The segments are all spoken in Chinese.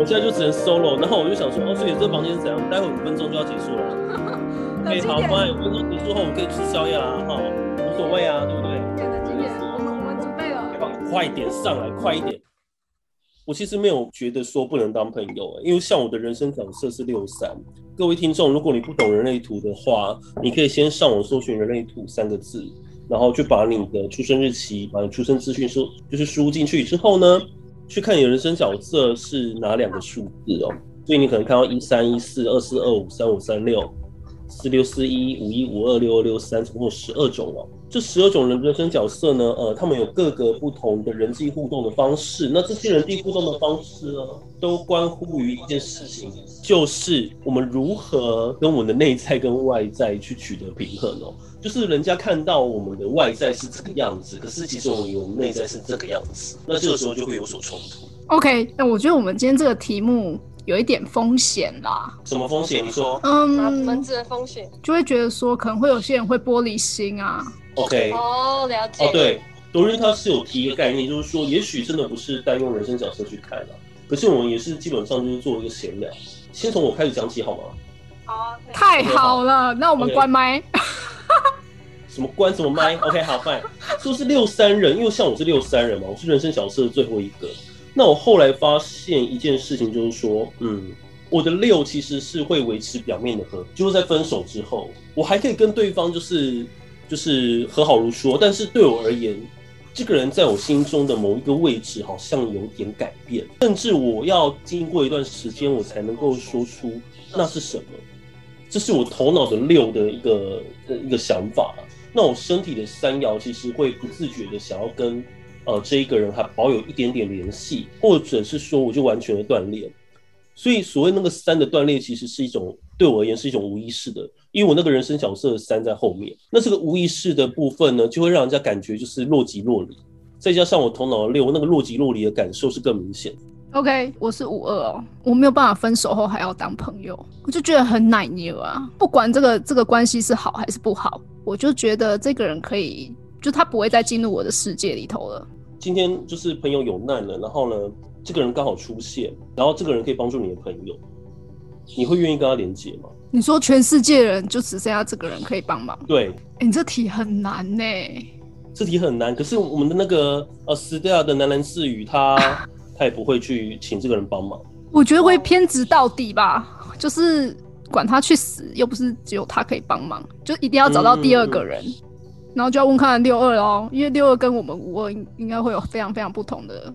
我现在就只能 solo，然后我就想说，哦，所以这房间是怎样？待会五分钟就要结束了，那对，几好，点？不然五分钟结束后我们可以吃宵夜啦，哈，无所谓啊，对不对？几点的几点？我们我们准备了。快一点上来，快一点。我其实没有觉得说不能当朋友、欸因为像我的人生角色是六三。各位听众，如果你不懂人类图的话，你可以先上网搜寻“人类图”三个字，然后去把你的出生日期、把你出生资讯输，就是输入进去之后呢，去看你的人生角色是哪两个数字哦。所以你可能看到一三一四、二四二五、三五三六、四六四一、五一五二、六二六三，总共有十二种哦。这十二种人人生角色呢，呃，他们有各个不同的人际互动的方式。那这些人际互动的方式呢，都关乎于一件事情，就是我们如何跟我们的内在跟外在去取得平衡哦。就是人家看到我们的外在是这个样子，可是其实我们有内在是这个样子，那这个时候就会有所冲突。 OK，那我觉得我们今天这个题目有一点风险啦。什么风险？你说啊，门嗯，子的风险。就会觉得说可能会有些人会玻璃心啊。 ？OK，哦，了解。嗯哦，对，昨天他是有提一个概念，就是说，也许真的不是单用人生角色去看啊，可是我们也是基本上就是做一个闲聊。先从我开始讲起好吗？好啊，可以太好了，那我们 OK 关麦。什么关什么麦？OK，好，fine。说是六三人，因为像我是六三人嘛，我是人生角色的最后一个。那我后来发现一件事情，就是说，嗯，我的六其实是会维持表面的和，就是在分手之后，我还可以跟对方就是就是和好如初哦。但是对我而言，这个人在我心中的某一个位置好像有点改变，甚至我要经过一段时间，我才能够说出那是什么。这是我头脑的六的一个的一个想法。那我身体的三爻其实会不自觉的想要跟呃这一个人还保有一点点联系，或者是说我就完全的断裂。所以所谓那个三的断裂，其实是一种对我而言是一种无意识的，因为我那个人生角色的三在后面。那这个无意识的部分呢，就会让人家感觉就是若即若离，再加上我头脑的六，那个若即若离的感受是更明显。 OK，我是五二哦，我没有办法分手后还要当朋友，我就觉得很奶牛啊。不管这个这个关系是好还是不好，我就觉得这个人可以，就他不会再进入我的世界里头了。今天就是朋友有难了，然后呢，这个人刚好出现，然后这个人可以帮助你的朋友，你会愿意跟他连接吗？你说全世界的人就只剩下这个人可以帮忙？对，哎、你这题很难呢、这题很难，可是我们的那个呃 Stella 的喃喃自语，他他也不会去请这个人帮忙。我觉得会偏执到底吧，就是管他去死，又不是只有他可以帮忙，就一定要找到第二个人，然后就要问看六二哦，因为六二跟我们五二应应该会有非常非常不同的。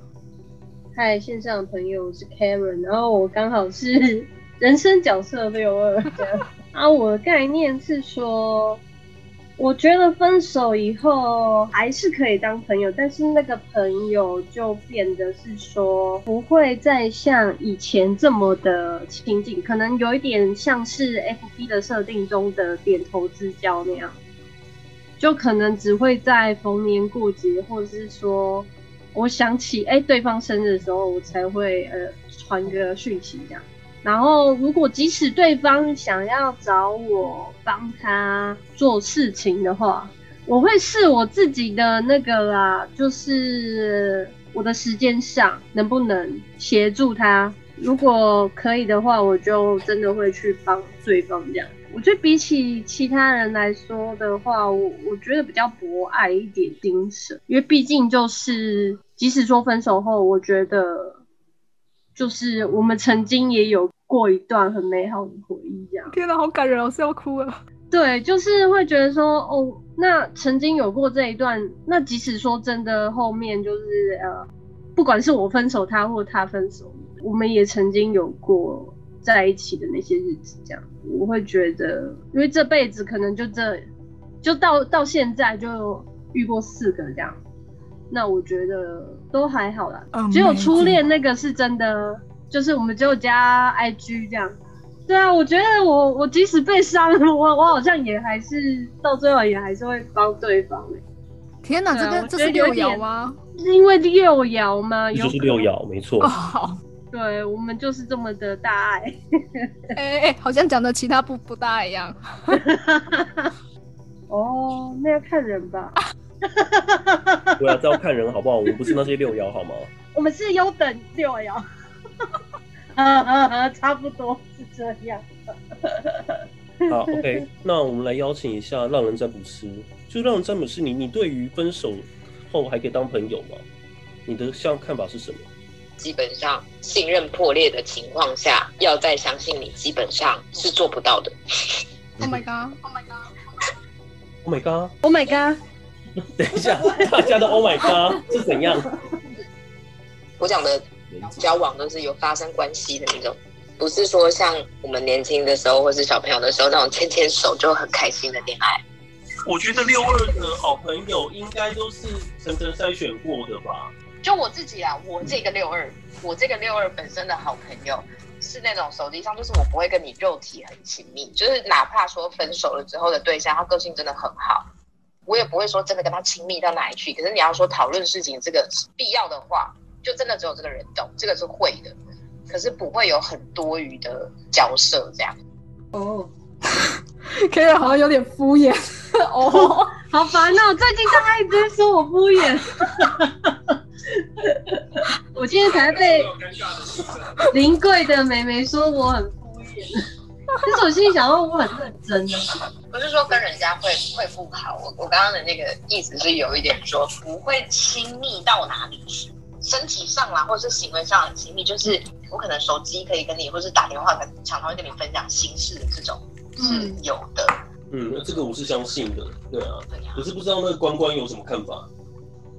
嗨，线上的朋友，我是 Karen，然后我刚好是人生角色六二这样。啊，我的概念是说，我觉得分手以后还是可以当朋友，但是那个朋友就变得是说不会再像以前这么的亲近，可能有一点像是 FB 的设定中的点头之交那样。就可能只会在逢年过节，或者是说我想起哎、对方生日的时候，我才会呃传个讯息这样。然后如果即使对方想要找我帮他做事情的话，我会视我自己的那个啦，就是我的时间上能不能协助他。如果可以的话，我就真的会去帮对方这样。我觉得比起其他人来说的话，我我觉得比较博爱一点精神，因为毕竟就是即使说分手后，我觉得就是我们曾经也有过一段很美好的回忆这样。天哪，好感人哦，是要哭了。对，就是会觉得说，哦，那曾经有过这一段，那即使说真的，后面就是呃，不管是我分手他，或他分手我，我们也曾经有过在一起的那些日子，这样我会觉得，因为这辈子可能就这，就到到现在就遇过四个这样，那我觉得都还好啦，哦只有初恋那个是真的，就是我们只有加 IG 这样。对啊，我觉得我我即使被伤， 我我好像也还是到最后也还是会帮对方、欸、天哪，这对啊个我这觉是得六有爻点 吗？是因为六爻吗？这有就是六爻，没错哦，。好，对我们就是这么的大爱。哎、哎、哎好像讲的其他不不大一样。哦，那要看人 吧。对啊，这要看人好不好？我们不是那些六爻好吗？ 我们是优等六爻。差不多是这样。好，OK，那我们来邀请一下浪人占卜师，就浪人占卜师，你你对于分手后还可以当朋友吗？你的像看法是什么？基本上信任破裂的情况下，要再相信你，基本上是做不到的。 Oh my god！Oh my god！ Oh my god！ Oh my god！等一下，大家的 Oh my god 是怎样？我讲的交往都是有发生关系的那种，不是说像我们年轻的时候或是小朋友的时候那种牵牵手就很开心的恋爱。 我觉得六二的好朋友应该都是层层筛选过的吧？就我自己啊，我这个六二，我这个六二本身的好朋友是那种手机上，就是我不会跟你肉体很亲密，就是哪怕说分手了之后的对象，他个性真的很好，我也不会说真的跟他亲密到哪里去。可是你要说讨论事情这个必要的话，就真的只有这个人懂，这个是会的，可是不会有很多余的交涉这样。哦， Karen 好像有点敷衍哦。好烦哦！最近大家一直在说我敷衍，我今天才被临柜的美眉说我很敷衍，但是我心里想说我很认真啊的。不是说跟人家会会不好，我我刚刚的那个意思是有一点说不会亲密到哪里去，身体上啦，或是行为上的亲密，就是我可能手机可以跟你，或是打电话跟常常会跟你分享心事的这种是嗯有的，嗯，这个我是相信的，对啊。对呀、可是不知道那个关关有什么看法？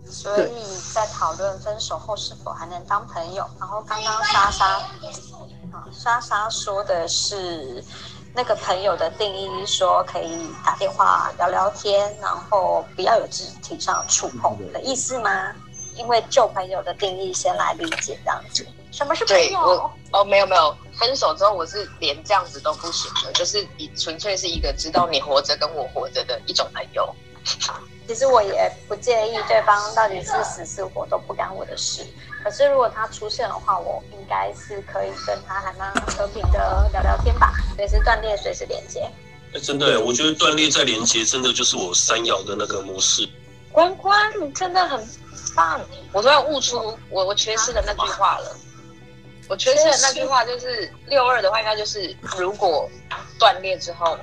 所以在讨论分手后是否还能当朋友。然后刚刚莎莎，啊，莎莎说的是那个朋友的定义，说可以打电话聊聊天，然后不要有肢体上的触碰的意思吗？因为旧朋友的定义先来理解这样子，什么是朋对友我？哦，没有没有，分手之后我是连这样子都不行的，就是你纯粹是一个知道你活着跟我活着的一种朋友。其实我也不介意对方到底是死是活都不干我的事。可是如果他出现的话，我应该是可以跟他还蛮和平的聊聊天吧，随时断裂，随时连接。哎，真的，我觉得断裂再连接，真的就是我三爻的那个模式。关关，你真的很棒，我突然悟出我我缺失的那句话了。我缺失的那句话就是六二的话，应该就是如果断裂之后，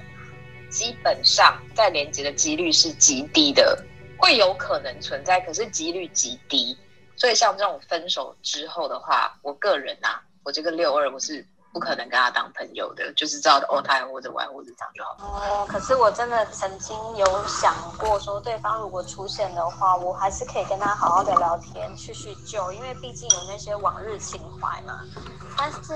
基本上再连接的几率是极低的，会有可能存在，可是几率极低。所以像这种分手之后的话，我个人啊，我这个六二我是不可能跟他当朋友的，就是知道的哦，他还活着，我还活着，这样就好了。哦，可是我真的曾经有想过，说对方如果出现的话，我还是可以跟他好好的聊天，叙叙旧，因为毕竟有那些往日情怀嘛。但是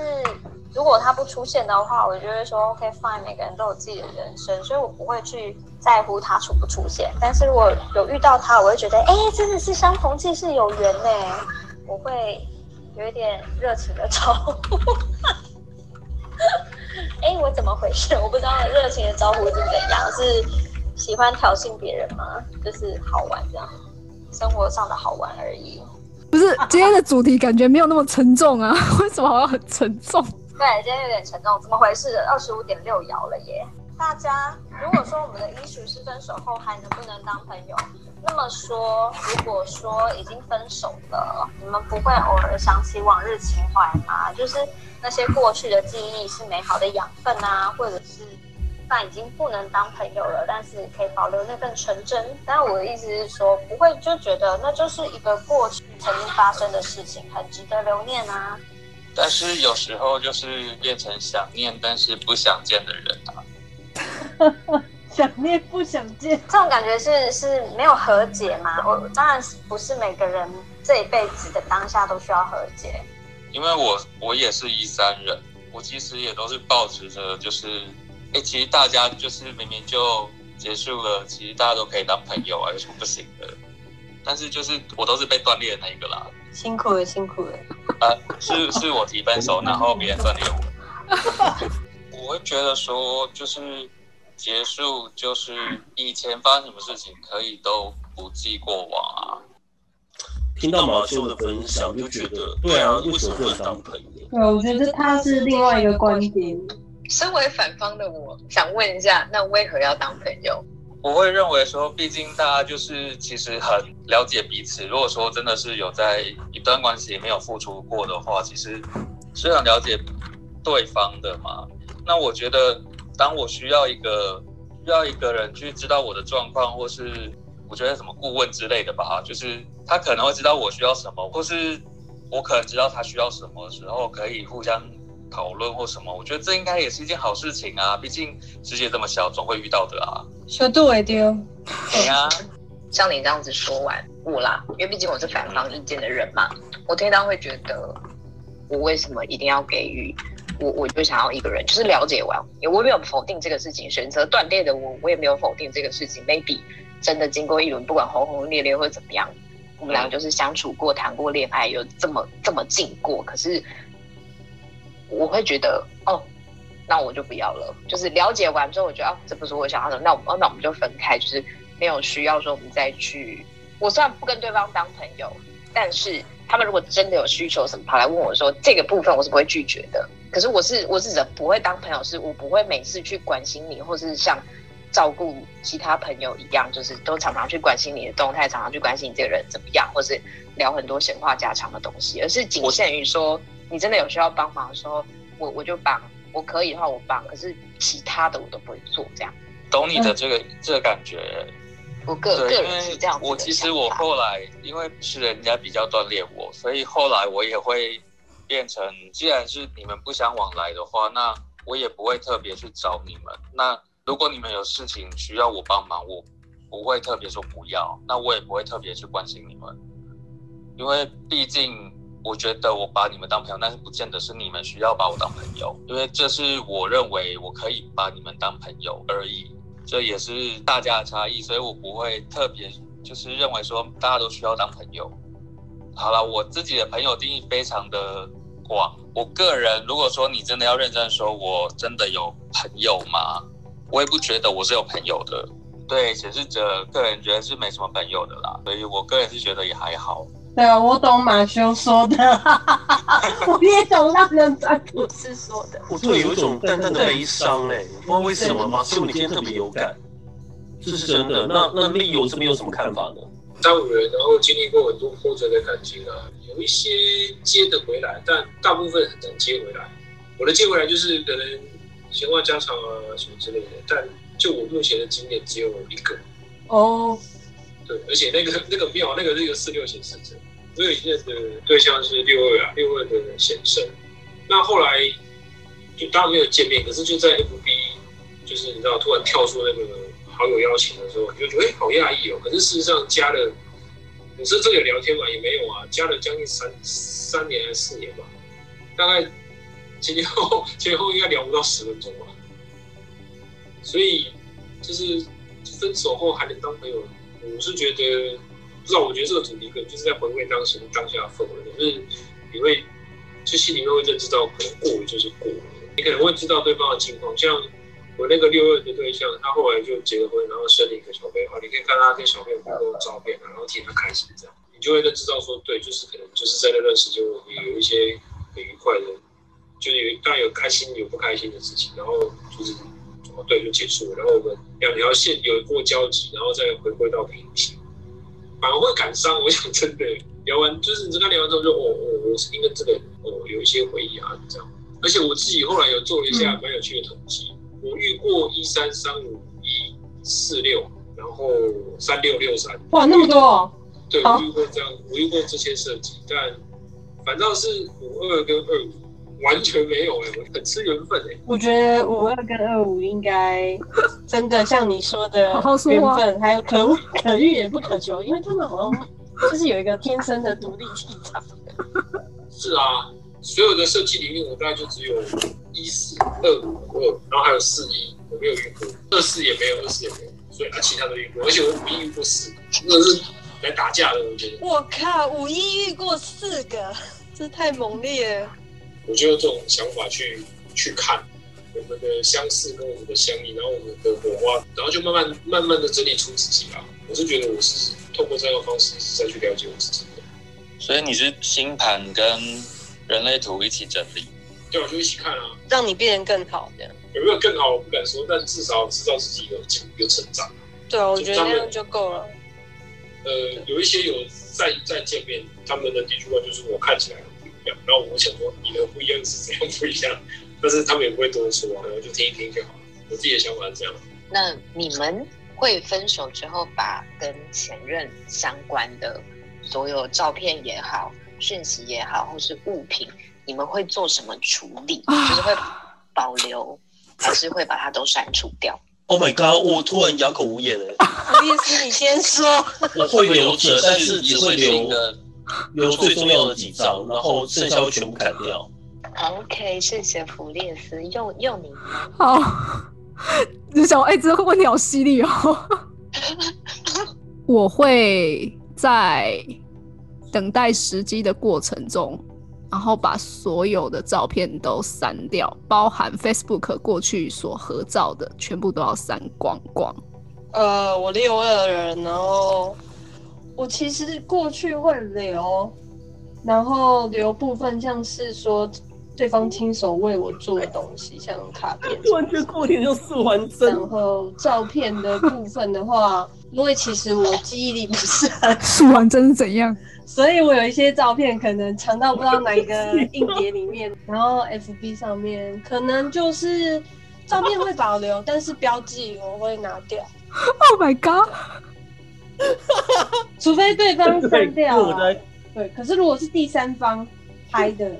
如果他不出现的话，我就会说 OK fine，每个人都有自己的人生，所以我不会去在乎他出不出现。但是如果有遇到他，我会觉得，哎，真的是相逢即是有缘呢、我会有一点热情 的招呼。哎，我怎么回事？ 我不知道热情的招呼是怎样，是喜欢挑衅别人吗？就是好玩这样，生活上的好玩而已。不是今天的主题感觉没有那么沉重啊， 为什么好像很沉重？对，今天有点沉重，怎么回事？二十五点六摇了耶！大家，如果说我们的 issue 是分手后还能不能当朋友，那么说，如果说已经分手了，你们不会偶尔想起往日情怀吗？就是那些过去的记忆是美好的养分啊，或者是那已经不能当朋友了，但是你可以保留那份纯真。但我的意思是说，不会就觉得那就是一个过去曾经发生的事情，很值得留念啊。但是有时候就是变成想念，但是不想见的人啊。想念不想见，这种感觉是是没有和解嘛？我我当然是不是每个人这一辈子的当下都需要和解，因为我我也是一三人，我其实也都是抱持着就是，哎、其实大家就是明明就结束了，其实大家都可以当朋友啊，有什么不行的？但是就是我都是被断裂的那一个啦，辛苦了，辛苦了。呃，是是我提分手，然后别人断裂我。我会觉得说，就是结束，就是以前发生什么事情可以都不记过往啊。听到马修的分享，就觉得对啊，为什么不能当朋友？对，啊我觉得他是另外一个观点。身为反方的我，想问一下，那为何要当朋友？我会认为说，毕竟大家就是其实很了解彼此。如果说真的是有在一段关系里面有付出过的话，其实是想了解对方的嘛。那我觉得，当我需要一个需要一个人去知道我的状况，或是我觉得什么顾问之类的吧，就是他可能会知道我需要什么，或是我可能知道他需要什么时候可以互相讨论或什么。我觉得这应该也是一件好事情啊，毕竟世界这么小，总会遇到的啊。小度会对，对啊，像你这样子说完我啦，因为毕竟我是反方意见的人嘛，我听到会觉得，我为什么一定要给予？我我就想要一个人，就是了解完，我没有否定这个事情，选择断裂的我，我也没有否定这个事情。maybe 真的经过一轮，不管轰轰烈烈或怎么样，我们两个就是相处过、谈过恋爱，有这么这么近过。可是我会觉得，哦，那我就不要了。就是了解完之后，我觉得啊，这不是我想要的，那我们、哦那我们就分开，就是没有需要说我们再去。我虽然不跟对方当朋友，但是他们如果真的有需求什么，跑来问我说这个部分，我是不会拒绝的。可是我是我是人不会当朋友，是我不会每次去关心你，或是像照顾其他朋友一样，就是都常常去关心你的动态，常常去关心你这个人怎么样，或是聊很多闲话家常的东西，而是仅限于说你真的有需要帮忙的时候，我我就帮，我可以的话我帮，可是其他的我都不会做这样。懂你的这个这个感觉、我个对，个因人为是这样子的想法。我其实我后来因为是人家比较锻炼我，所以后来我也会变成，既然是你们不相往来的话，那我也不会特别去找你们。那如果你们有事情需要我帮忙，我不会特别说不要，那我也不会特别去关心你们，因为毕竟。我觉得我把你们当朋友，但是不见得是你们需要把我当朋友，因为这是我认为我可以把你们当朋友而已。这也是大家的差异，所以我不会特别就是认为说大家都需要当朋友。好了，我自己的朋友定义非常的广。我个人如果说你真的要认真地说，我真的有朋友吗？我也不觉得我是有朋友的。对显示者个人觉得是没什么朋友的啦，所以我个人是觉得也还好。对啊，我懂马修说的， 我也懂让人专注是说的。我对有一种淡淡的悲伤哎、不知道为什么马修你今天特别有感，这是真的。那那丽友这边有什么看法呢？在五人，然后经历过很多波折的感情啊，有一些接得回来，但大部分很难接回来。我的接回来就是可能闲话家常啊什么之类的，但就我目前的经验只有一个，哦，对，而且那个那个庙那个是一个四六型四者，我有一任的对象是六二啊，六二的先生。那后来就当然没有见面，可是就在 FB，就是啊你知道突然跳出那个好友邀请的时候，你就觉得哎、好讶异哦。可是事实上加了，你说这个聊天嘛也没有啊，加了将近三三年还是四年吧，大概前前后后前后应该聊不到十分钟吧。所以就是分手后还能当朋友，我是觉得，不知道，我觉得这个主题可能就是在回味当时当下的氛围，就是你会就心里面会认知到，可能过了就是过了，你可能会知道对方的近况。像我那个六二的对象，他后来就结了婚，然后生了一个小朋友，你可以看他跟小朋友互动照片啊，然后替他开心这样，你就会认知到说，对，就是可能就是在那段时间，我们有一些很愉快的，就是有当然有开心有不开心的事情，然后就是。哦，对，就结束了。然后我们两条线有过交集，然后再回归到平行，反而会感伤。我想真的聊完，就是你跟他聊完之后就，哦哦，我是因为这个哦有一些回忆啊这样。而且我自己后来有做了一下蛮有趣的统计，我遇过一三三五一四六，然后三六六三，哇，那么多、哦，对，好我遇过这样，我遇过这些设计，但反倒是五二跟二五完全没有哎、我很吃缘分哎、我觉得五二跟二五应 该真的像你说啊的好好说缘话分，还有可恶可遇也不可求，因为他们好像就是有一个天生的独立气场。是啊，所有的设计里面，我大概就只有一四二五二，然后还有四一，我没有遇过，二四也没有，二四也没有，所以啊，其他都遇过，而且我五一遇过四个，那是来打架的，我觉得，我靠，五一遇过四个，这太猛烈了。我就用这种想法去去看我们的相似跟我们的相异，然后我们的火花，然后就慢慢慢慢的整理出自己啊。我是觉得我是透过这样的方式一直在去了解我自己的，所以你是星盘跟人类图一起整理，对啊，我就一起看啊，让你变得更好这样。有没有更好我不敢说，但至少知道自己有进步有成长。对啊，我觉得那样就够了。呃，有一些有再再见面，他们的第一句话就是我看起来很不一样，样。然后我想说，你的不一样是怎样不一样？但是他们也不会多说啊，然后就听一听就好了。我自己的想法是这样。那你们会分手之后，把跟前任相关的所有照片也好、讯息也好，或是物品，你们会做什么处理？啊就是会保留，还是会把它都删除掉？ Oh my god！我突然哑口无言 了。吴律师，你先说。欸我会留着，但是只会留的。留最重要的几张，然后剩下会全部砍掉。 OK，谢谢弗列斯，又又你呢，好， 你想，哎、这个问题好犀利哦。 我会在等待时机的过程中，然后把所有的照片都删掉，包含 Facebook 过去所合照的，全部都要删光光。 呃，我六二人，然后我其实过去会留，然后留部分像是说对方亲手为我做的东西，像卡片什么完全过年就四环针然后照片的部分的话，因为其实我记忆力不是很， 数完真是怎样？所以我有一些照片可能藏到不知道哪个硬碟里面，然后 FB 上面可能就是照片会保留，但是标记我会拿掉， Oh my god！除非对方删掉我啊、在对，可是如果是第三方拍的，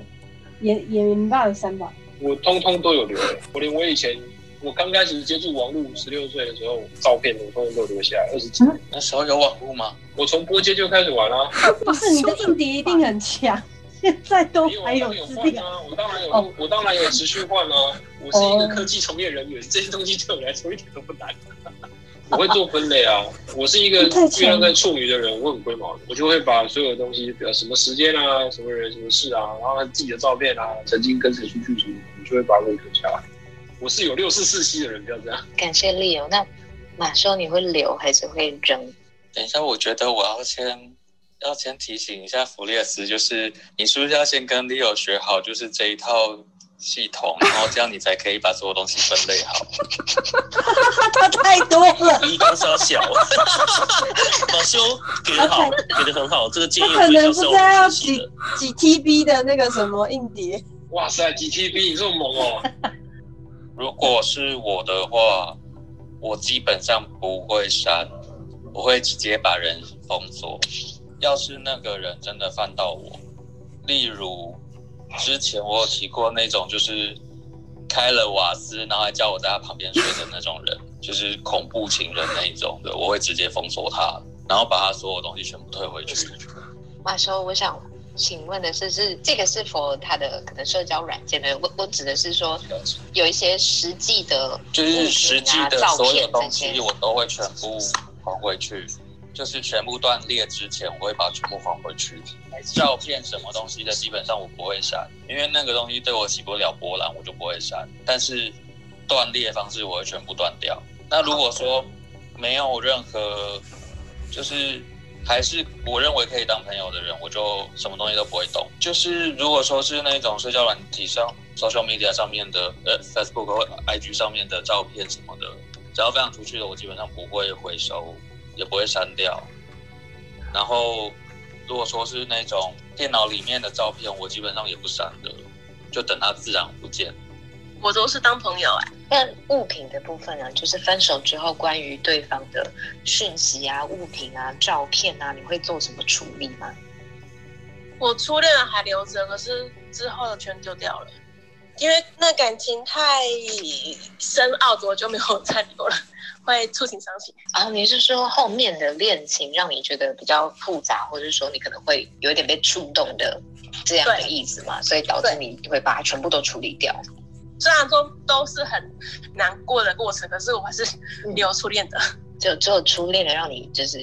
也也没办法删吧。我通通都有留、欸，我连我以前我刚开始接触网络十六岁的时候，照片我通通都留下来，二十嗯几，那时候有网络吗？我从波接就开始玩啊啦、不是你的硬碟一定很强，现在都因为我还当有然有资换料。啊，我当然有，哦我当然有持续换啊，我是一哦个科技从业人员，这些东西对我来说一点都不难。 我会做分类啊，我是一个太强月亮跟处女的人，我很龟毛的，我就会把所有东西，比如什么时间啊、什么人、什么事啊，然后自己的照片啊，曾经跟谁出去什么，我就会把它给留下来。我是有六四四七的人，不要这样。感谢丽友。那马修，你会留还是会扔？等一下，我觉得我要先要先提醒一下弗列斯，就是你是不是要先跟 Leo 学好，就是这一套系统，然后这样你才可以把所有东西分类好。他太多了，你公司要小，马修给的好，给的很好，这个建他议可我小能不时知候道要学习几的。几 TB 的那个什么硬碟。哇塞，几 TB 你这么猛哦！如果是我的话，我基本上不会删，我会直接把人封锁。要是那个人真的犯到我，例如之前我有提过那种就是开了瓦斯，然后还叫我在他旁边睡的那种人，就是恐怖情人那一种的，我会直接封锁他，然后把他所有东西全部退回去。马修，我想请问的是，是这个是否他的可能社交软件的？我我指的是说，有一些实际的就是实际物的品啊、照所有片东这西，些。我都会全部还回去，就是全部断裂之前，我会把它全部还回去。照片什么东西的，基本上我不会删，因为那个东西对我起不了波澜，我就不会删。但是断裂方式，我会全部断掉。那如果说没有任何，就是还是我认为可以当朋友的人，我就什么东西都不会动。就是如果说是那种社交软体上、social media 上面的，呃，Facebook 或 IG 上面的照片什么的，只要分享出去的，我基本上不会回收，也不会删掉。然后如果说是那种电脑里面的照片，我基本上也不删的，就等它自然不见。我都是当朋友哎、那物品的部分呢，就是分手之后关于对方的讯息啊、物品啊、照片啊，你会做什么处理吗？我初恋的还留着，可是之后的全丢掉了，因为那感情太深奥，我就没有再留了， 会触景伤情。啊，你是说后面的恋情让你觉得比较复杂，或者说你可能会有一点被触动的这样的对意思嘛？所以导致你会把它全部都处理掉。虽然说都是很难过的过程，可是我还是嗯留初恋的。就只有初恋的让你就是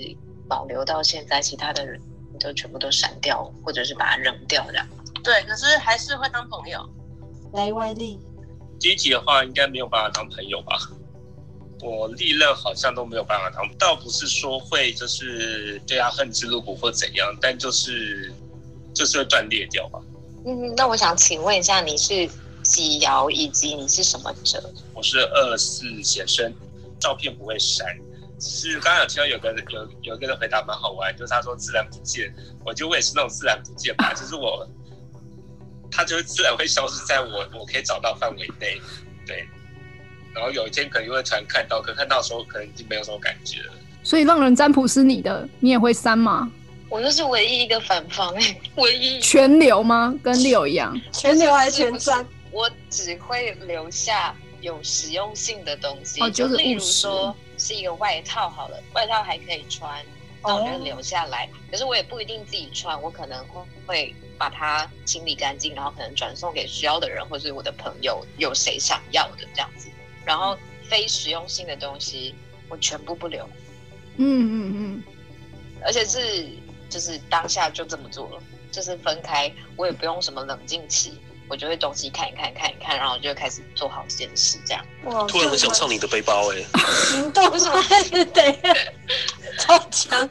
保留到现在，其他的人你都全部都删掉，或者是把它扔掉这样。对，可是还是会当朋友。来，外力，积极的话，应该没有办法当朋友吧？我历任好像都没有办法当，倒不是说会就是对他恨之入骨或怎样，但就是就是会断裂掉吧。嗯，那我想请问一下，你是几爻以及你是什么者？我是二四写生，照片不会删。是刚刚有听到有个人有有一个人回答蛮好玩，就是他说自然不见，我觉得我也是那种自然不见吧，就是我它就会自然会消失在我我可以找到范围内，对。然后有一天可能就会突然看到，可看到的时候可能已经没有什么感觉了。所以让人占卜是你的，你也会删吗？我那是唯一一个反方，欸 唯一全流吗？跟 Leo 一样，全流还是全删？我只会留下有实用性的东西，哦就是例如务实说是一个外套好了，外套还可以穿，那我就留下来。嗯可是我也不一定自己穿，我可能会把它清理干净，然后可能转送给需要的人，或是我的朋友有谁想要的这样子。然后非实用性的东西我全部不留，嗯嗯而且是就是当下就这么做了，就是分开，我也不用什么冷静期，我就会东西看一看看一看，然后就开始做好这件事这样。哇，突然很想唱你的背包哎、行动派的，对，超 强，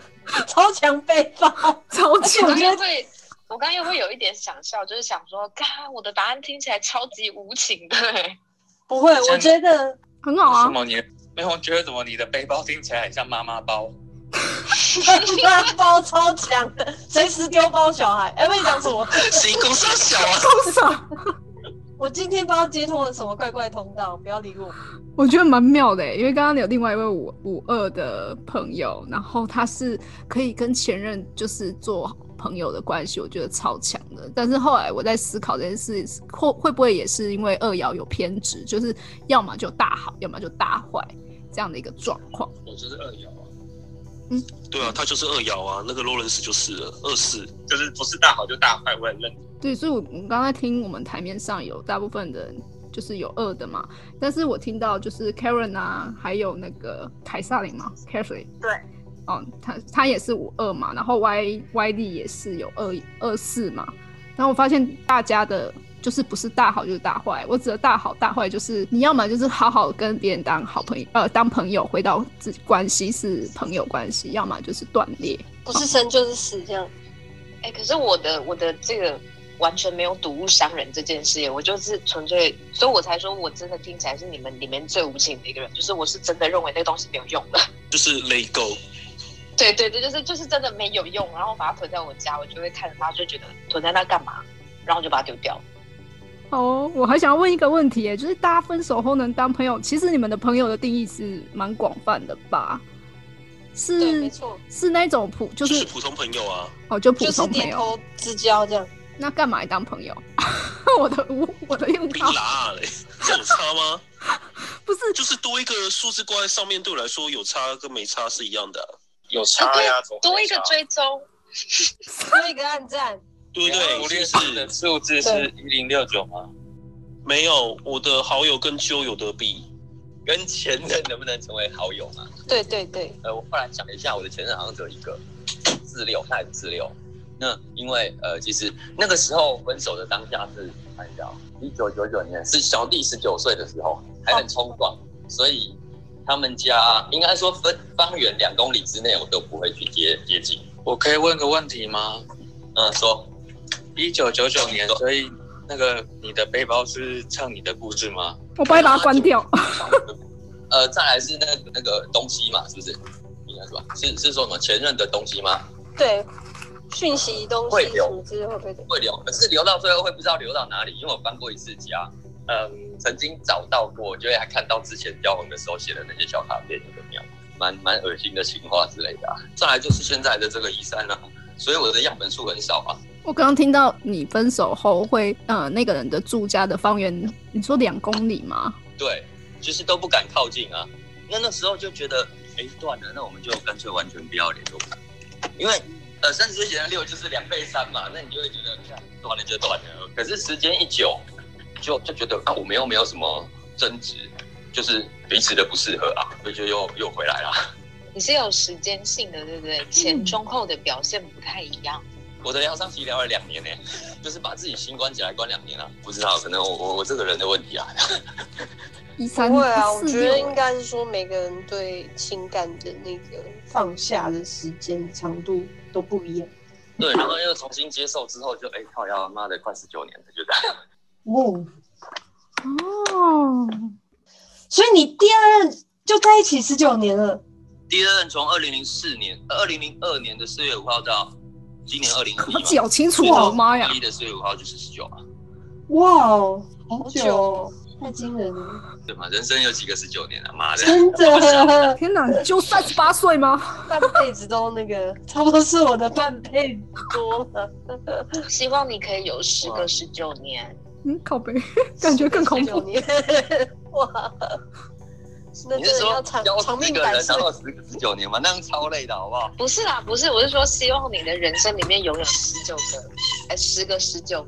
超强背包，嗯，超而且我强刚！刚 会，我刚刚又会有一点想笑，就是想说，嘎，我的答案听起来超级无情的、欸。不会，我觉得很好为什啊，么你没有？我觉得怎么你的背包听起来很像妈妈包？拉包超强的，随时丢包小孩。哎、欸，你讲什么？谁公司小啊？多少？我今天不知道接通了什么怪怪通道，不要理我。我觉得蛮妙的欸，因为刚刚有另外一位五五二的朋友，然后他是可以跟前任就是做朋友的关系，我觉得超强的。但是后来我在思考这件事，会会不会也是因为二爻有偏执，就是要么就大好，要么就大坏这样的一个状况。我就是二爻啊，对啊，他就是二爻啊，那个洛伦斯就是了二四，就是不是大好就大坏，我很认同。对，所以我我刚才听我们台面上有大部分的人就是有二的嘛，但是我听到就是 Karen 啊，还有那个凯撒琳嘛 c a t h e r i n 对，哦，他他也是五二嘛，然后 Y Y D 也是有二二四嘛，然后我发现大家的。就是不是大好就是大坏，我指的大好大坏就是你要么就是好好跟别人当好朋友，呃，当朋友回到自己关系是朋友关系，要么就是断裂。不是生就是死，这样哎、可是我的我的这个完全没有睹物伤人这件事耶，我就是纯粹，所以我才说我真的听起来是你们里面最无情的一个人，就是我是真的认为那个东西没有用的。就是雷狗。对对对，就是就是真的没有用，然后我把它囤在我家，我就会看着它就觉得囤在那干嘛，然后我就把它丢掉。哦，我还想要问一个问题耶，就是大家分手后能当朋友，其实你们的朋友的定义是蛮广泛的吧？对，没是错，是那种普，就就是是普通朋友啊，哦，就普就是通朋点友，头之交这样。那干嘛还当朋友？ 我的我我的用槟 到啊榔 嘞，这有差吗？不是就是多一个数字挂在上面，对我来说有差跟没差是一样的啊、有差呀，总会有多一个差追踪，多一个暗战，对不对？无我论也是的是数字是一零六九吗？没有，我的好友跟鸠有得比，跟前任能不能成为好友嘛？对对对，呃，我后来想了一下，我的前任好像只有一个四六，他也四六。那因为呃，其实那个时候分手的当下是，看一下，哦一九九九年是小弟十九岁的时候，还很冲撞，所以他们家应该说分方圆两公里之内，我都不会去接接近。 我可以问个问题吗？嗯，说一九九九年，说所以那个你的背包是唱你的故事吗？我不会把它关掉。 呃，再来是那个那个东西嘛，是不是？应该是吧？是是说什么前任的东西吗？对，讯息东会西有什么之类会不会的？会留，可是留到最后会不知道留到哪里，因为我搬过一次家，嗯，曾经找到过，就会还看到之前交往的时候写的那些小卡片，有没有？蛮蛮恶心的情话之类的啊、再来就是现在的这个一三啦、所以我的样本数很少啊。我刚刚听到你分手后会呃那个人的住家的方圆，你说两公里吗？对，就是都不敢靠近啊。那那时候就觉得，哎，断了，那我们就干脆完全不要联络吧，因为呃三十岁前的六就是两倍三嘛，那你就会觉得干断了就断了。可是时间一久，就就觉得啊，我们又没有什么争执，就是彼此的不适合啊，所以就又又回来了。你是有时间性的，对不对？嗯前中后的表现不太一样。我的疗伤期疗了两年呢、就是把自己心关起来关两年了、不知道，可能我我我这个人的问题啊。一三不会啊，我一四觉得六应该是说每个人对情感的那个放下的时间长度都不一样。对，然后又重新接受之后就，哎靠呀，妈的，快十九年了，就这样。哦，哦，所以你第二任就在一起十九年了，第二任从二零零四年、呃二零零二年的四月五号到今年二零二 我记好清楚哦，妈呀一！的四月五号就是十九嘛，啊哇哦，好久哦，太惊人了！对嘛？人生有几个十九年啊？妈的，真 的，天哪，你就三十八岁吗？半辈子都那个，差不多是我的半辈子多了。希望你可以有十个十九年。嗯，靠背，感觉更恐九怖。年， 哇！那你真是的说要长教长十命个百人岁然，后十个十九年吗？那样超累的好不好？不是啦，不是，我是说希望你的人生里面拥有十九个，哎，十个十九。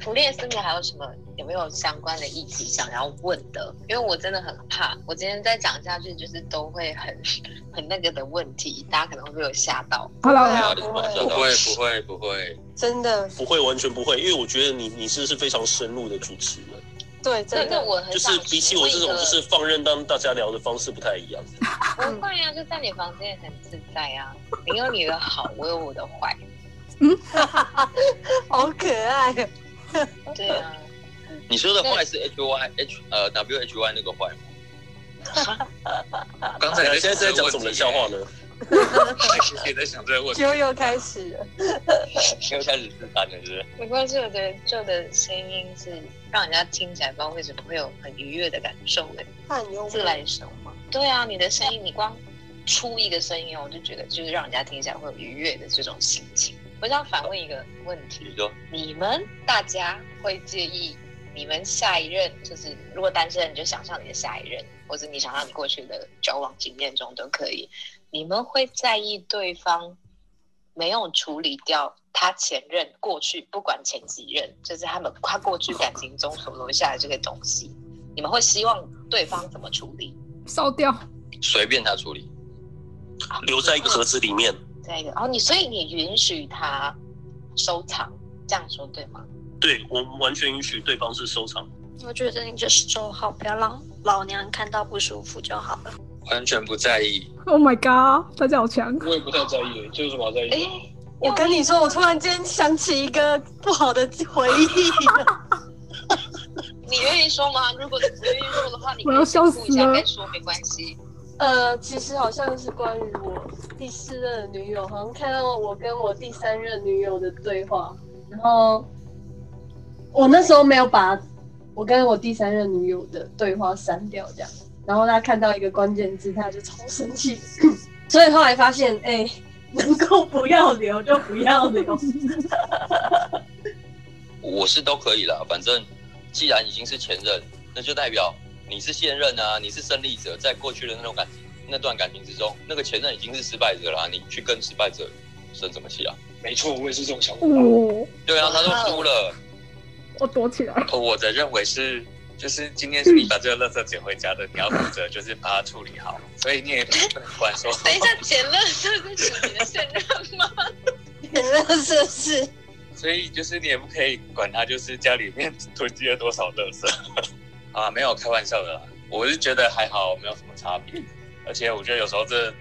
普列斯，你还有什么有没有相关的议题想要问的？因为我真的很怕，我今天再讲下去就是都会很 很那个的问题，大家可能会有吓到。好对了，啊不不会会不会不会不会，真的，不会，完全不会，因为我觉得你你是是非常深入的主持人，对，那真那的，我很就是想比起我这种问一就个是放任当大家聊的方式不太一样。不会啊，就在你房间也很自在啊。你有你的好，我有我的坏。好可爱哦。对啊，你说的坏是 H Y H 呃 W H Y 那 个坏吗？刚才你你哎现在是在讲什么冷笑话？呢？也在想这个问题，就又开始了， 又开始自残了，是不是？没关系，我的旧的声音是让人家听起来不知道为什么会有很愉悦的感受诶，他很幽默自，来熟嘛。对啊，你的声音，你光出一个声音，我就觉得就是让人家听起来会有愉悦的这种心情。我想反问一个问你题：说你们大家会介意你们下一任，就是如果单身，你就想象你的下一任，或者你想象你过去的交往经验中都可以。你们会在意对方没有处理掉他前任过去，不管前几任，就是他们他过去感情中所留下的这些东西，你们会希望对方怎么处理？烧掉。随便他处理，留在一个盒子里面，再一个，然后你所以你允许他收藏，这样说对吗？对我们完全允许对方是收藏。我觉得你就收好，不要让老娘看到不舒服就好了。完全不在意。 Oh my god，大家好强！我也不太在意，这有什么好在意的？哎、我跟你说，我突然间想起一个不好的回忆了，你愿意说吗？如果你不愿意说的话，你可以我要笑复死一下了再说，没关系。 呃，其实好像是关于我第四任的女友，好像看到我跟我第三任女友的对话，然后我那时候没有把我跟我第三任女友的对话删掉，这样，然后他看到一个关键字，他就超生气， 所以后来发现，哎、能够不要留就不要 留，我是都可以啦，反正既然已经是前任，那就代表你是现任啊，你是胜利者，在过去的那种感情那段感情之中，那个前任已经是失败者啦，你去跟失败者生什么气啊？没错，我也是这种想法。我对啊，他都输了，哦我躲起来。哦我的认为是。就是今天是你把这个垃圾捡回家的，你要负责，就是把它处理好。所以你也不能管说，等一下，前任就是指你的现任吗？真的是是。所以就是你也不可以管他，就是家里面 囤积了多少垃圾啊，没有开玩笑的啦，我是觉得还好，没有什么差别。而且我觉得有时候这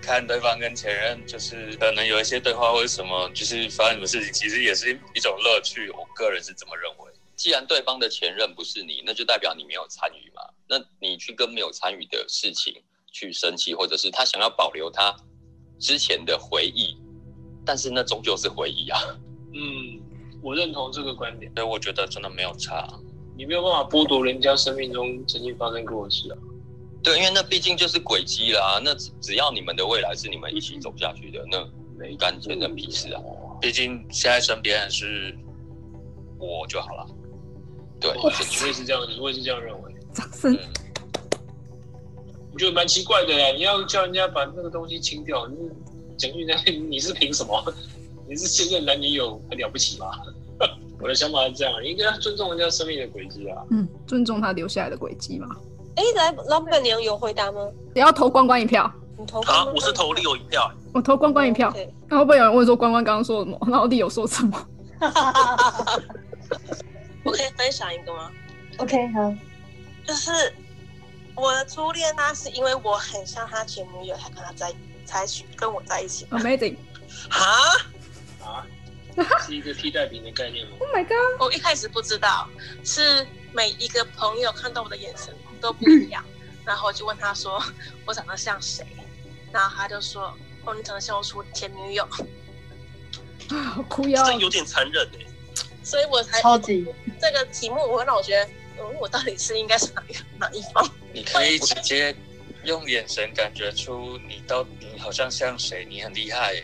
看对方跟前任，就是可能有一些对话或者什么，就是发生什么事情，其实也是一种乐趣。我个人是这么认为。既然对方的前任不是你，那就代表你没有参与嘛。那你去跟没有参与的事情去生气，或者是他想要保留他之前的回忆，但是那终究是回忆啊。嗯，我认同这个观点。所以我觉得真的没有差。你没有办法剥夺人家生命中曾经发生过的事啊。对，因为那毕竟就是轨迹啦。那只只要你们的未来是你们一起走下去的，那没干前任屁事啊。嗯毕竟现在身边是我就好了。对，我我也是这样，我也是这样认为。掌声！我觉得蛮奇怪的呀，你要叫人家把那个东西清掉，你蒋玉南， 你是凭什么？你是现任男女友，很了不起吗？ 我的想法是这样，应该尊重人家生命的轨迹啊。嗯，尊重他留下来的轨迹嘛。哎，来老板娘有回答吗？也要投关关一票，你投啊，我是投利友一票，我投关关一票。对，然后会不会有人问说关关刚刚说什么？ 然后丽友说什么？我可以分享一个吗？ OK，好，就是我的初恋呢、是因为我很像他前女友，才跟他在才去跟我在一起。 Amazing！啊！啊，是一个替代品的概念吗？ Oh my god！我一开始不知道，是每一个朋友看到我的眼神都不一 样，然后我就问他说我长得像谁，然后他就说哦，你长得像我初前女友， 啊，好哭腰这。有点残忍哎、所以我才超级这这个题目，我会让我觉得，嗯，我到底是应该是哪一哪一方？你可以直接用眼神感觉出你到你好像像谁，你很厉害耶、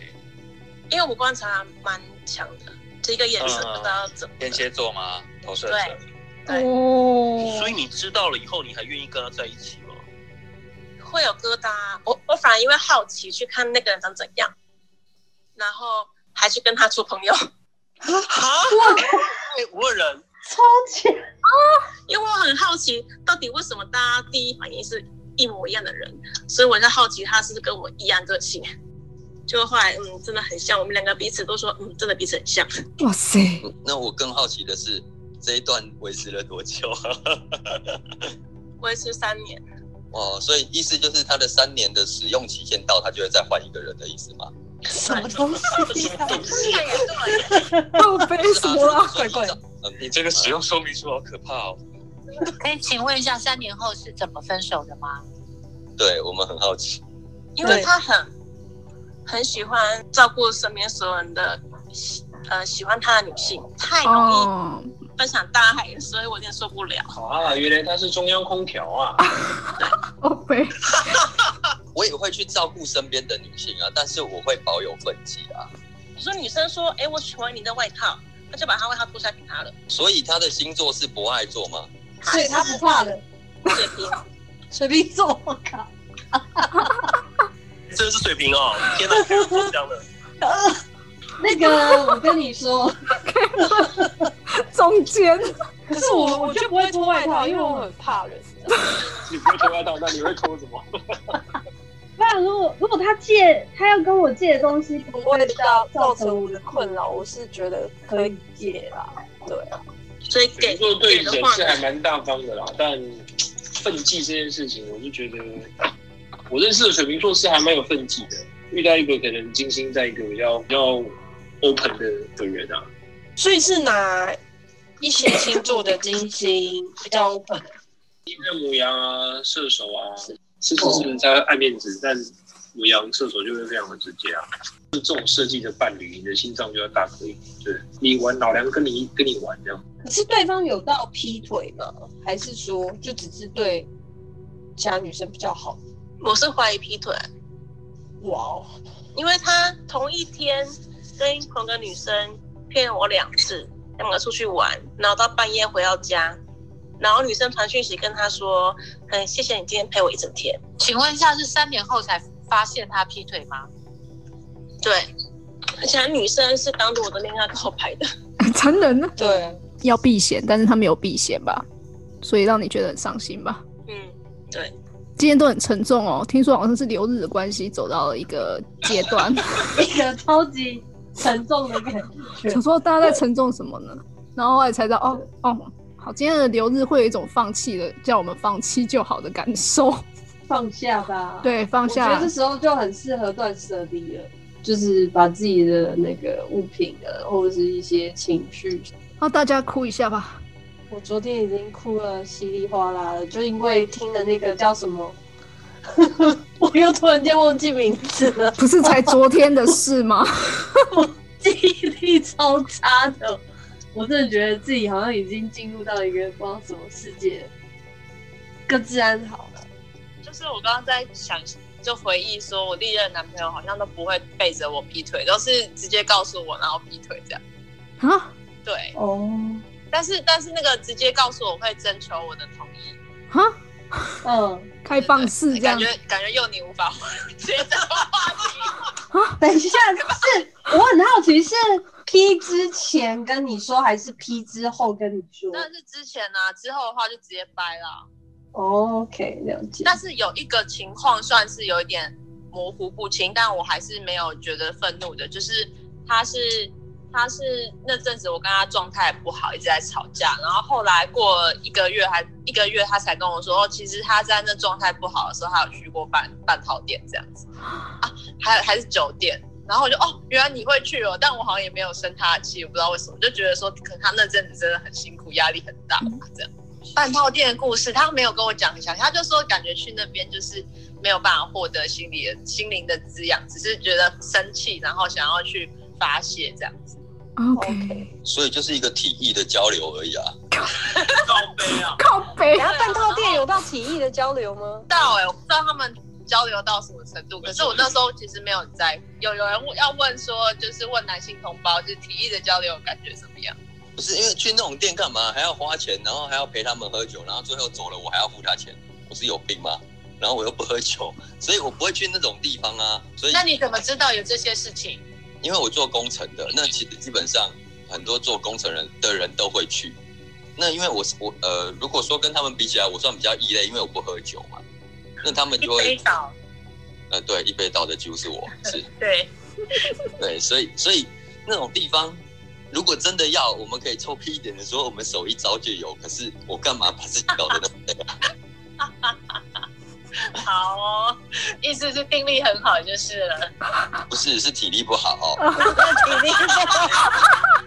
因为我观察蛮强的，这一个眼神嗯不知道怎么。天蝎座吗？投射者对。对，哦所以你知道了以后，你还愿意跟他在一起吗？会有疙瘩。我我反而因为好奇去看那个人长怎样，然后还去跟他做朋友。哎，无论人，超强！因为我很好奇，到底为什么大家第一反应是一模一样的人，所以我在好奇他是不是跟我一样个性。就后来，嗯，真的很像，我们两个彼此都说，嗯，真的彼此很像。哇塞，嗯那我更好奇的是，这一段维持了多久？啊维持三年，哦，所以意思就是他的三年的使用期限到，他就会再换一个人的意思吗？什么东西 到啊？底什么啊啦？怪怪的。 嗯，你这个使用说明书好可怕哦。可以请问一下，三年后是怎么分手的吗？对我们很好奇。因为他很很喜欢照顾身边所有人的喜，呃，喜欢他的女性，太哦容易分享大海，所以我有点受不了。啊，原来他是中央空调啊！哦我也会去照顾身边的女性啊，但是我会保有分际啊。你说女生说，哎、我喜欢你的外套，他就把他外套脱下来给他了，所以他的星座是不爱做吗？所以他不怕了，水瓶，水瓶座，我靠，真的是水瓶哦！天哪，开我这样的，那个，我跟你说，中间， 可是我我就不会脱外套，因为我很怕冷。你不会脱外套，那你会脱什么？不然如果如果他借，他要跟我借的东西不不会会造造造造成成我的困扰，我是觉得可以解啦。对啊，所以给做对人是还蛮大方的啦，但奋际这件事情，我就觉得我认识的水瓶座是还蛮有奋际的。遇到一个可能金星在一个比较比较 open 的的人啊，所以是拿一些星座的金星比较 open，金在母羊啊、射手啊，狮子是不是他爱面子，但母羊射手就会非常的直接啊。这种设计的伴侣，你的心脏就要大颗一点，对你玩老梁跟你跟你玩这样。可是对方有到劈腿吗？还是说就只是对其他女生比较 好？我是怀疑劈腿，哇哦，因为他同一天跟同个女生骗我两次，两个出去玩，然后到半夜回到家，然后女生传讯息跟他说，嗯，谢谢你今天陪我一整天，请问一下，是三年后才发现他劈腿吗？对，而且那女生是当着我的面跟他告白的，很残忍啊呢。对，要避嫌，但是他没有避嫌吧，所以让你觉得很伤心吧。嗯，对，今天都很沉重哦，听说好像是留日的关系走到了一个阶段，一个超级沉重的感觉。想说大家在沉重什么呢？然后后来才知道，哦哦，好，今天的留日会有一种放弃的，叫我们放弃就好的感受。放下吧。对放下我觉得这时候就很适合断舍离了，就是把自己的那个物品啊，或者是一些情绪。那大家哭一下吧。我昨天已经哭了稀里哗啦了，就因为听的那个叫什么， 我又突然间忘记名字了。 不是才昨天的事吗？记忆力超差的，我真的觉得自己好像已经进入到一个不知道什么世界了。各自安好了，就是我刚刚在想，就回忆说我历任男朋友好像都不会背着我劈腿，都是直接告诉我然后劈腿这样。啊？对，哦，但是但是那个直接告诉我会征求我的同意，啊？嗯，开放式这样感觉感觉幼宁无法回 接这个话题。 等一下，是我很好奇，是 P 之前跟你说，还是 P 之后跟你说但是之前呢、啊之后的话就直接掰了。哦？OK，了解。但是有一个情况算是有一点模糊不清，但我还是没有觉得愤怒的，就是他是他是那阵子我跟他状态不好，一直在吵架，然后后来过了一个月还一个月，他才跟我说，哦，其实他在那状态不好的时候，他有去过半半套店这样子啊，还还是酒店。然后我就哦，原来你会去哦，但我好像也没有生他的气，我不知道为什么，就觉得说可能他那阵子真的很辛苦，压力很大吧，这样。半套店的故事，他没有跟我讲详细，他就说感觉去那边就是没有办法获得心理的心灵的滋养，只是觉得生气，然后想要去发泄这样子。啊 OK，所以就是一个体意的交流而已啊。靠北。然后半套店有到体意的交流吗？到哎、我不知道他们交流到什么程度，可是我那时候其实没有很在乎。有有人问要问说，就是问男性同胞，就是提议的交流感觉怎么样？不是因为去那种店干嘛？还要花钱，然后还要陪他们喝酒，然后最后走了我还要付他钱，我是有病吗？然后我又不喝酒，所以我不会去那种地方啊。所以那你怎么知道有这些事情？因为我做工程的，那其实基本上很多做工程人的人都会去。那因为我是我呃，如果说跟他们比起来，我算比较异类，因为我不喝酒嘛。那他们就会倒，呃，对，一杯倒的几乎是我，是对，对，所以所以那种地方，如果真的要，我们可以臭屁一点的说，我们手一招就有。可是我干嘛把自己搞得那么累啊？ 好哦，意思是定力很好就是了。不是，是体力不好。哦体力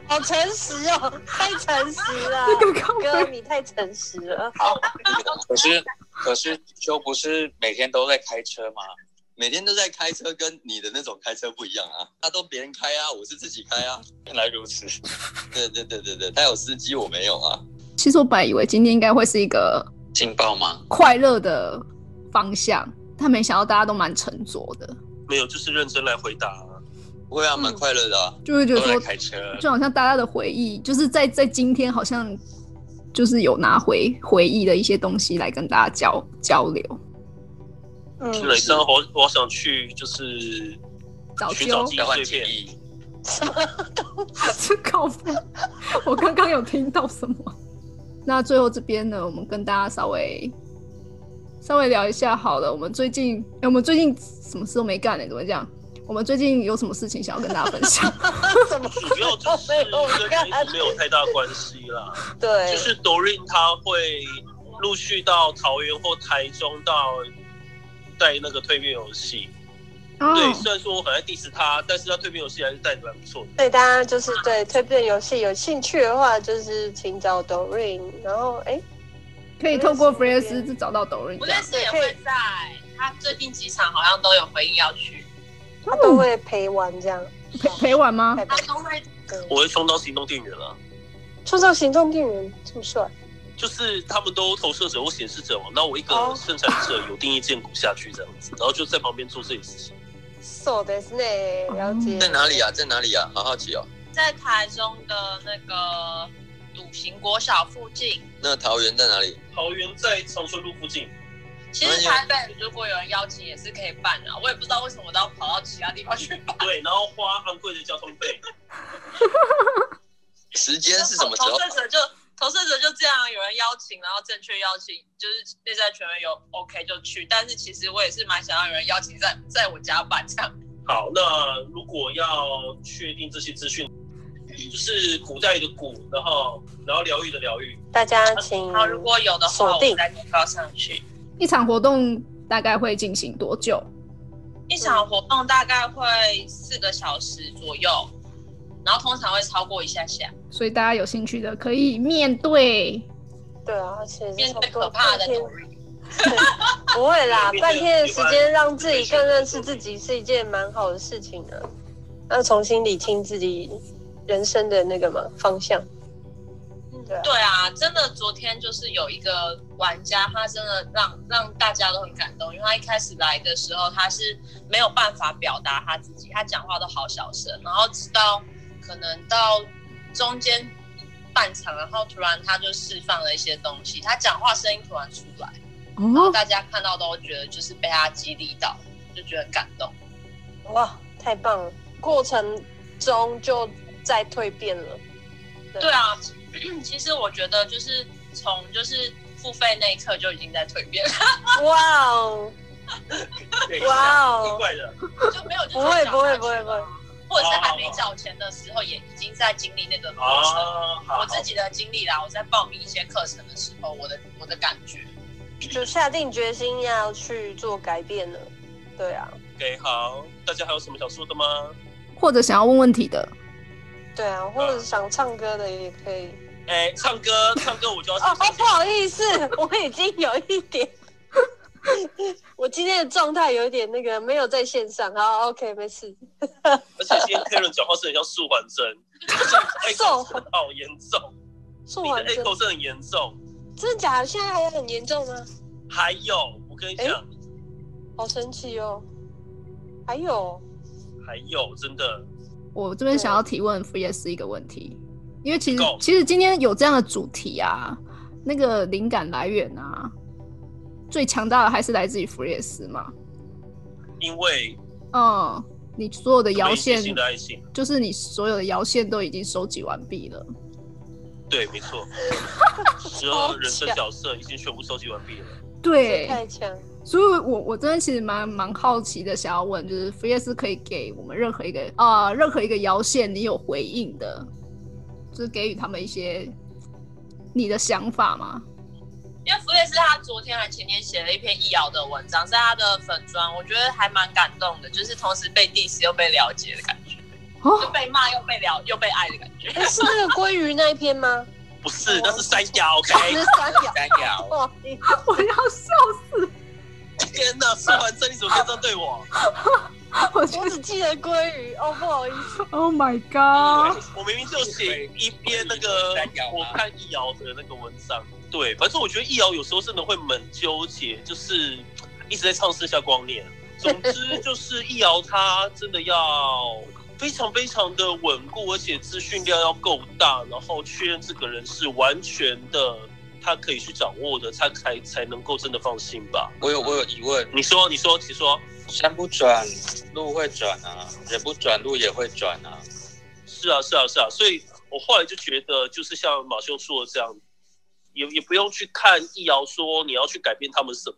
好诚实哦，太诚实啊了， 哥，你太诚实 了。好， 可是可是就不是每天都在开车吗？每天都在开车，跟你的那种开车不一样啊。他都别人开啊，我是自己开啊。原来如 此。对对对对对，他有司机，我没有啊。其实我本来以为今天应该会是一个劲爆吗？快乐的方向，但没想到大家都蛮沉着的，没有，就是认真来回答、啊。不会啊，蛮快乐的啊。就会觉得都说在开车，嗯就好像大家的回忆，就是在在今天好像就是有拿回回忆的一些东西来跟大家交交流。 嗯听了一声，我我想去就是早寻找秋记忆碎片。什么东西？搞不懂我刚刚有听到什么？ 那最后这边呢，我们跟大家稍微稍微聊一下好了。我们最近，哎、我们最近什么事都没干呢、欸怎么讲？我们最近有什么事情想要跟大家分享？ 主要就是跟衣服没有太大关系啦。对就是 Dorin 他会陆续到桃园或台中到带那个蜕变游戏。啊哦对，虽然说我很爱 diss 他，但是他蜕变游戏还是带的蛮不错的。对大家就是对蜕变游戏有兴趣的话，就是请找 Doreen，然后哎，可以透过弗雷斯找到抖音我。认识也会在，他最近几场好像都有回应要去，他都会陪玩这样。嗯陪陪玩吗？他都会我会冲到行动电源啊，创造行动电源这么帅，就是他们都投射者或显示者嘛，那我一个生产者有定义建骨下去这样子，然后就在旁边做这些事情。 so this 呢，了解。哦在哪里啊？在哪里啊？好好奇哦。在台中的那个笃行国小附近。那桃园在哪里？桃园在长春路附近。其哎实台北如果有人邀请也是可以办的、啊，我也不知道为什么我都要跑到其他地方去办。对，然后花昂贵的交通费。时间是什么时投哦候？射者就投射者就这样，有人邀请，然后正确邀请，就是内在权威有 OK 就去。但是其实我也是蛮想要有人邀请在在我家办这样。好，那如果要确定这些资讯，就是古代的古，然后然后疗愈的疗愈，大家嗯请好，如果有的话，锁我定再公告上去。一场活动大概会进行多久？一场活动大概会四个小时左右，然后通常会超过一下下。所以大家有兴趣的可以面对。对啊，而且面对可怕的半天对不会 啦，半天的时间让自己更认识自己是一件蛮好的事情的、要重新理清自己人生的那个嘛方向。对啊，真的，昨天就是有一个玩家，他真的让让大家都很感动，因为他一开始来的时候，他是没有办法表达他自己，他讲话都好小声，然后直到可能到中间半场，然后突然他就释放了一些东西，他讲话声音突然出来，然后哦，大家看到都觉得就是被他激励到，就觉得很感动。哇，太棒了！过程中就在蜕变了。对啊，其实我觉得就是从就是付费那一刻就已经在蜕变了。哇哦，哇哦，就没有就是不会讲不会不会不会，或者是还没缴钱的时候，也已经在经历那个过哦程。我自己的经历啦，我在报名一些课程的时候，我的我的感觉。就下定决心要去做改变了。对啊， OK，好，大家还有什么想说的吗？或者想要问问题的，对啊，或嗯者想唱歌的也可以。哎、唱歌，唱歌我就要哦，不好意思， 我已经有一点， 我今天的状态有一点那个没有在线上。好，OK，没事。而且今天 Karen 讲话是很像素还真，受好严重，受你完的 echo 是很严重。真的假的？现在还很严重吗？还有，我跟你讲，好神奇哦！还有，还有真的，我这边想要提问 Free S 一个问题，因为其实其实今天有这样的主题啊，那个灵感来源啊，最强大的还是来自于 Free S 嘛。因为嗯，你所有的我摇们一些线新的爱情，就是你所有的摇线都已经收集完毕了。对，没错，十二人生角色已经全部收集完毕了。对，太强。所以我，我真的其实蛮蛮好奇的，想要问，就是福叶斯可以给我们任何一个啊、任何一个摇线，你有回应的，就是给予他们一些你的想法吗？因为福叶是他昨天还前天写了一篇易遥的文章，在他的粉砖，我觉得还蛮感动的，就是同时被 diss 又被了解的感觉，就被骂又被了又被爱的感觉。哎是那个鲑鱼那一篇吗？不是，那是三幺，OK，那是三幺，三幺。哇，我要笑死！天哪，苏完真，你怎么可以这样对我？我只记得鲑鱼哦，不好意思。 Oh my god！我明明就写一篇那个我看易遥的那个文章，对，反正我觉得易遥有时候真的会蛮纠结，就是一直在唱《盛夏光年》。总之就是易遥他真的要非常非常的稳固，而且资讯量要够大，然后确认这个人是完全的他可以去掌握的，他才才能够真的放心吧。我有我有疑问，你说你说你说，山不转路会转啊，人不转路也会转啊。是啊，是啊，是啊，所以我后来就觉得，就是像马修说的这样，也也不用去看易遥说你要去改变他们什么，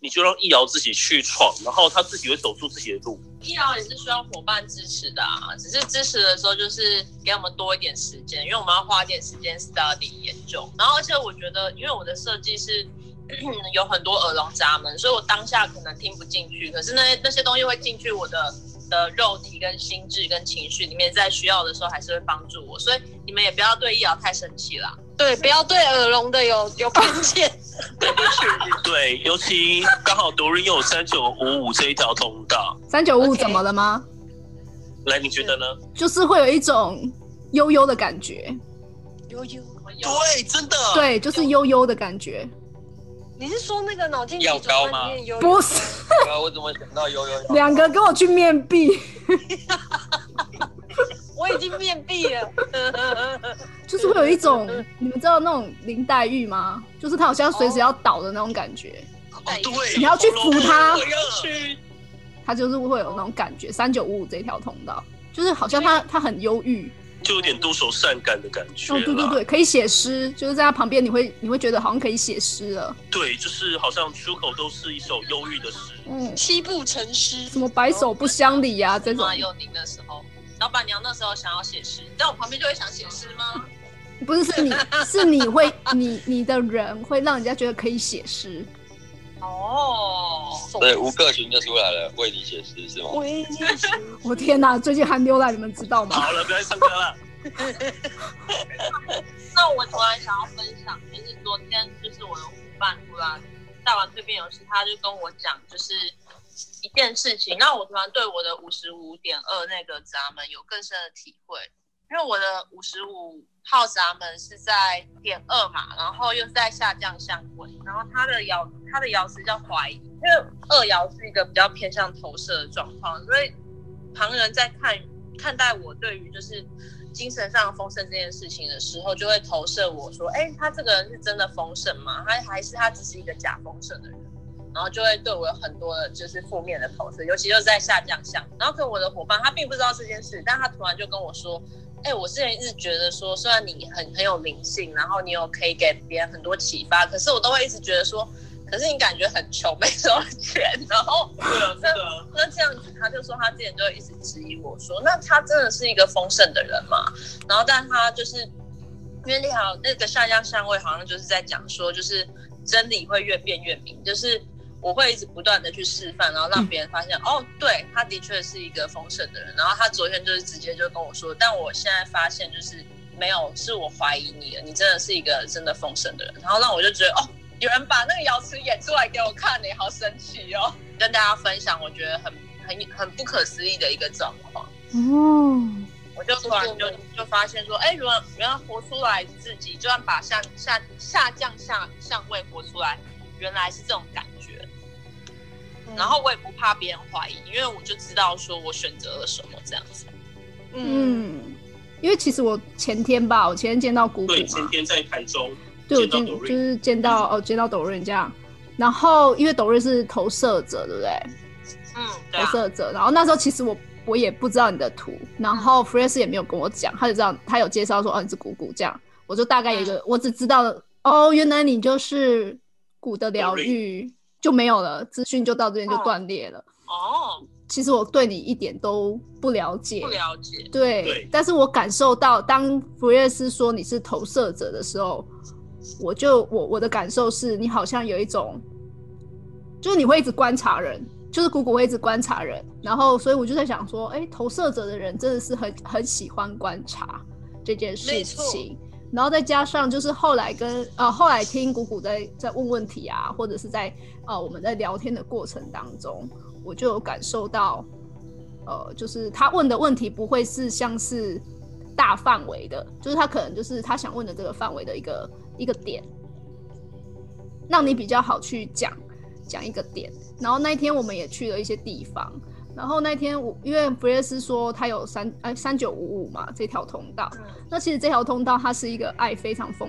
你就让易遥自己去闯，然后他自己会走出自己的路。易遥也是需要伙伴支持的啊，只是支持的时候就是给我们多一点时间，因为我们要花一点时间 study 研究。然后，而且我觉得，因为我的设计是 有很多耳聋闸门，所以我当下可能听不进去，可是那些那些东西会进去我的的肉体、跟心智、跟情绪里面，在需要的时候还是会帮助我。所以你们也不要对易遥太生气啦。对，不要对耳聋的有有偏见。 对，尤其刚好独人又有三九五五这一条通道，三九五怎么了吗来，你觉得呢？就是会有一种悠悠的感觉，悠悠，对，真的。对，就是悠悠的感觉。你是说那个脑筋急药膏转吗弯里面有？不是，对啊，我怎么想到悠悠？两个跟我去面壁，我已经面壁 了。就是会有一种你们知道那种林黛玉吗？就是她好像随时要倒的那种感觉。哦对你要去扶他我要去。他就是会有那种感觉，三九五五这条通道，就是好像他他很忧郁，就有点多愁善感的感啊觉哦，啦。对对对，可以写诗，就是在他旁边，你会你会觉得好像可以写诗了，对，就是好像出口都是一首忧郁的诗。嗯，七步成诗，什么白首不相离呀、啊、这种马，幼宁的时候，老板娘那时候想要写诗，但我旁边就会想写诗吗？不是 是你是你会你你的人会让人家觉得可以写诗， 哦，对，吴克群就出来了，为你写诗是吗？我天哪，最近韩流来，你们知道吗？好了，不要再唱歌了。那我突然想要分享，就是昨天就是我的伙伴突然带完蜕变游戏，他就跟我讲，就是一件事情，让我突然对我的五十五点二那个闸门有更深的体会，因为我的五十五号闸门是在点二嘛，然后又是在下降相位，然后它的爻它的爻辞叫怀疑，因为二爻是一个比较偏向投射的状况，所以旁人在看看待我对于就是精神上丰盛这件事情的时候，就会投射我说，哎、他这个人是真的丰盛吗？他还是他只是一个假丰盛的人？然后就会对我有很多的就是负面的投射，尤其就是在下降项。然后跟我的伙伴，他并不知道这件事，但他突然就跟我说。哎、我之前一直觉得说，虽然你很很有灵性，然后你有可以给别人很多启发，可是我都会一直觉得说，可是你感觉很穷，没什么钱，然后那那这样子，他就说他之前就一直质疑我说，那他真的是一个丰盛的人吗？然后但他就是因为那条那个下降相位好像就是在讲说，就是真理会越辩越明，就是我会一直不断的去示范，然后让别人发现，哦，对，他的确是一个丰盛的人。然后他昨天就是直接就跟我说，但我现在发现就是没有，是我怀疑你了，你真的是一个真的丰盛的人。然后让我就觉得，哦，有人把那个瑶池演出来给我看呢、好神奇哦！跟大家分享，我觉得很很很不可思议的一个状况。哦，我就突然就就发现说，哎、原来原来活出来自己，就算把下下下降下上位活出来，原来是这种感觉。然后我也不怕别人怀疑，因为我就知道说我选择了什么这样子。嗯，因为其实我前天吧，我前天见到姑姑对，前嘛，天在台中对，我见到见朵就瑞，是见到哦，见到抖瑞这样。然后因为抖瑞是投射者，对不对？嗯，投射者。然后那时候其实我我也不知道你的图，然后 f r e s 也没有跟我讲，他就这样，他有介绍说哦你是谷谷这样，我就大概有一个，我只知道哦原来你就是谷的疗愈就没有了，资讯就到这边就断裂了。哦，其实我对你一点都不了解，不了解。对，但是我感受到，当弗列斯说你是投射者的时候，我就我我的感受是你好像有一种，就是你会一直观察人，就是谷谷会一直观察人，然后所以我就在想说，哎，投射者的人真的是很很喜欢观察这件事没错情。然后再加上就是后来跟呃后来听谷谷在在问问题啊，或者是在呃我们在聊天的过程当中，我就有感受到，呃，就是他问的问题不会是像是大范围的，就是他可能就是他想问的这个范围的一个一个点，让你比较好去讲讲一个点。然后那一天我们也去了一些地方，然后那天我因为弗列斯说他有三哎三九五五嘛这条通道，那其实这条通道它是一个爱非常丰，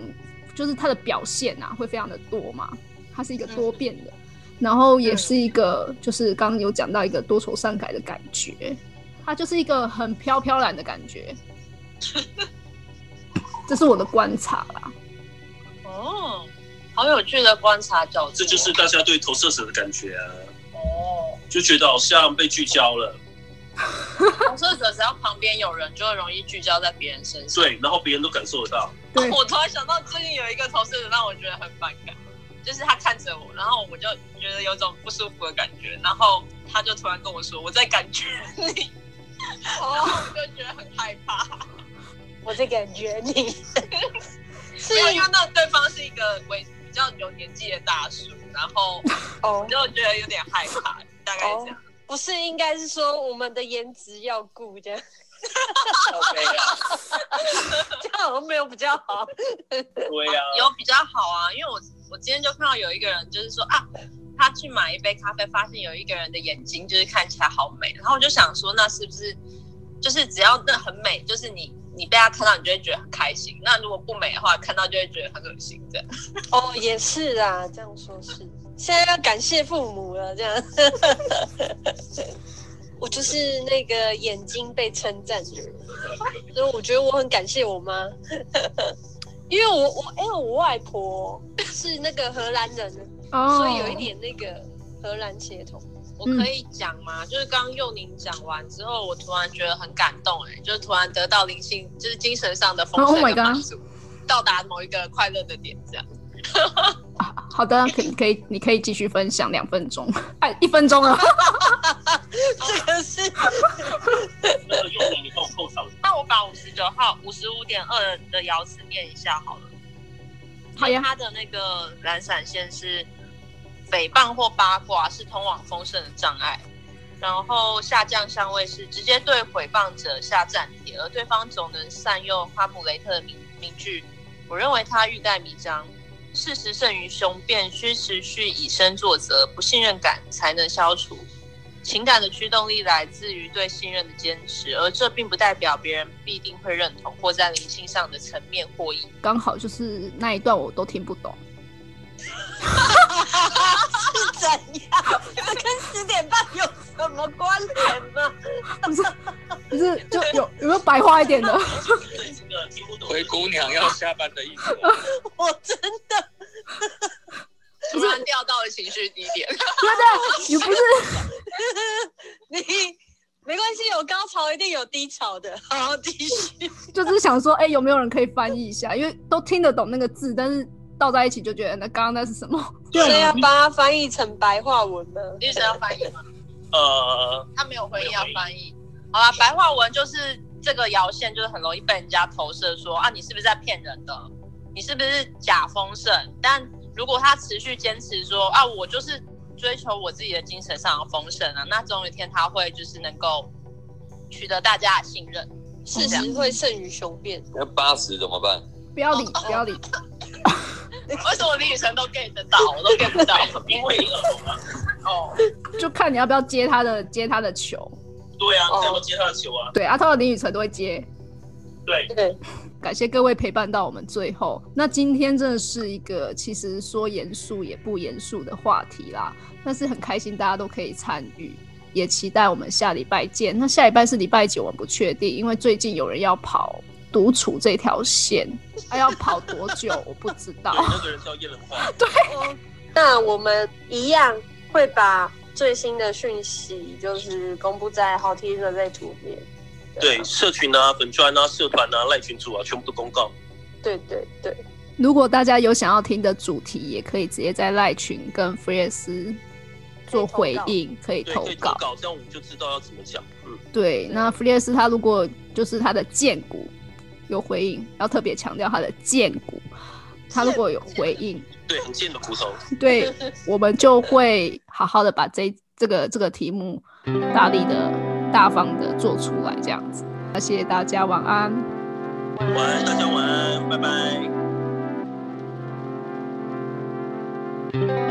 就是它的表现啊会非常的多嘛，它是一个多变的，然后嗯也是一个就是刚刚有讲到一个多愁善感的感觉，它就是一个很飘飘然的感 觉，这是我的观察啦。哦，好有趣的观察角度这。就是大家对投射者的感觉啊。哦，就觉得好像被聚焦了，投射者只要旁边有人，就会容易聚焦在别人身上。对，然后别人都感受得到。哦 我突然想到，最近有一个投射者让我觉得很反感，就是他看着我，然后我就觉得有种不舒服的感觉，然后他就突然跟我说：“我在感觉你。”然后我就觉得很害怕。哦我在感觉 你，是因为那对方是一个为比较有年纪的大叔，然后哦我就觉得有点害怕，大概是这样。不是应该是说我们的颜值要顾这样。 哦这样好像没有比较好。对呀、有比较好啊，因为我我今天就看到有一个人，就是说啊，他去买一杯咖啡，发现有一个人的眼睛就是看起来好美，然后我就想说，那是不是就是只要那很美，就是你你被他看到，你就会觉得很开心。那如果不美的话，看到就会觉得很恶心这样。哦，也是啊，这样说是。现在要感谢父母了，这样。 我就是那个眼睛被称赞的人，所以我觉得我很感谢我妈， 因为我我哎、我外婆是那个荷兰人，哦所以有一点那个荷兰血统。我嗯可以讲吗？就是刚刚佑宁讲完之后，我突然觉得很感动、哎，就是突然得到灵性，就是精神上的丰 Oh 盛 my 跟满 god！足到达某一个快乐的点，这样。哦好的，可以可以，你可以继续分享两分钟，哎，一分 钟了。这个是。那我把五十九号五十五点二的瑶池念一下好了。好呀它的那个蓝闪线是诽谤或八卦是通往丰盛的障碍，然后下降相位是直接对诽谤者下战帖，而对方总能善用哈姆雷特的名名句。我认为他欲盖弥彰，事实胜于雄辩，需持续以身作则，不信任感才能消除。情感的驱动力来自于对信任的坚持，而这并不代表别人必定会认同或在灵性上的层面获益。刚好就是那一段我都听不 懂，是怎样？这跟十点半有什么关联呢？不是不是就有有没有白话一 点的？啊灰姑娘要下班的意思。我真的突然掉到了情绪低 点，真的，你不是 你没关系，有高潮一定有低潮的， 好继续。就是想说，哎、有没有人可以翻译一下？因为都听得懂那个字，但是倒在一起就觉得那刚刚那是什么？啊啊所以要帮他翻译成白话文吗？律师要翻译吗？呃，他没有回应要翻译。好啦，白话文就是这个摇线，就是很容易被人家投射说啊，你是不是在骗人的？你是不是假丰盛？但如果他持续坚持说啊，我就是追求我自己的精神上的丰盛啊，那总有一天他会就是能够取得大家的信任，事实会胜于雄辩。那八十怎么办？不要理，哦不要理。为什么李宇辰都 get 得到，我都 get 不到？因为哦，就看你要不要接他的接他的球。对啊，这么接他的球啊，对，阿涛的林雨辰都会接。对对，感谢各位陪伴到我们最后。那今天真的是一个其实说严肃也不严肃的话题啦，但是很开心大家都可以参与，也期待我们下礼拜见。那下礼拜是礼拜几，我们不确定，因为最近有人要跑独处这条线，他要跑多久 我不知道。那个人叫叶仁化，对，那我们一样会把最新的讯息就是公布在好 T 的类图里面。对，社群啊、粉砖啊、社团啊、赖群主啊，全部都公告。对对对，如果大家有想要听的主题，也可以直接在赖群跟弗列斯做回应，可以对，投可以投稿。稿，这样我们就知道要怎么讲。嗯，对，那弗列斯他如果就是他的剑骨有回应，要特别强调他的剑骨，他如果有回 应，对，很贱的骨头。对，我们就会好好的把这这个这个题目大力的、大方的做出来，这样子。那谢谢大家，晚安。晚安，大家晚安，拜拜。